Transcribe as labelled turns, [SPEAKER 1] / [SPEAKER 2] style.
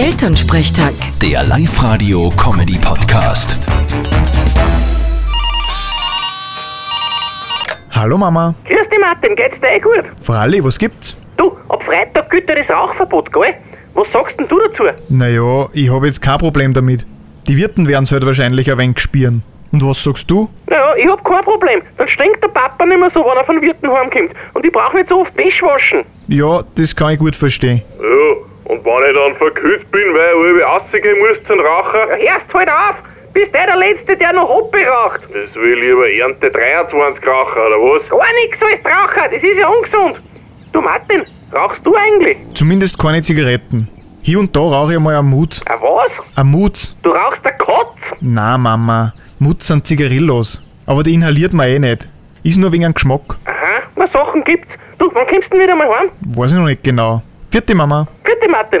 [SPEAKER 1] Elternsprechtag.
[SPEAKER 2] Der Live-Radio-Comedy-Podcast.
[SPEAKER 3] Hallo Mama.
[SPEAKER 4] Grüß dich Martin, geht's dir eh gut?
[SPEAKER 3] Fralli, was gibt's?
[SPEAKER 4] Du, ab Freitag gilt ja das Rauchverbot, gell? Was sagst denn du dazu?
[SPEAKER 3] Naja, ich habe jetzt kein Problem damit. Die Wirten werden's halt wahrscheinlich ein wenig spieren. Und was sagst du?
[SPEAKER 4] Naja, ich hab kein Problem. Dann stinkt der Papa nicht mehr so, wenn er von Wirten heimkommt. Und ich brauch nicht so oft Wäsche waschen.
[SPEAKER 3] Ja, das kann ich gut verstehen.
[SPEAKER 5] Ja, und wenn ich dann verkühlt bin, weil ich irgendwie rausgehen muss zum Rauchen,
[SPEAKER 4] Erst halt auf! Bist der der Letzte, der noch Hoppe raucht?
[SPEAKER 5] das will ich über Ernte 23 rauchen, oder was?
[SPEAKER 4] Gar nix als Raucher, das ist ja ungesund. Du Martin, rauchst du eigentlich?
[SPEAKER 3] Zumindest keine Zigaretten. Hier und da rauche ich mal einen Mut.
[SPEAKER 4] Ah was?
[SPEAKER 3] Ein Mut?
[SPEAKER 4] Du rauchst der Kotz?
[SPEAKER 3] Na Mama, Mut sind Zigarillos. Aber die inhaliert man eh nicht. Ist nur wegen einem Geschmack.
[SPEAKER 4] Aha, na Sachen gibt's. Du, wann kommst du denn wieder mal heim?
[SPEAKER 3] Weiß ich noch nicht genau. Vierte Mama.
[SPEAKER 4] Bitte Martin.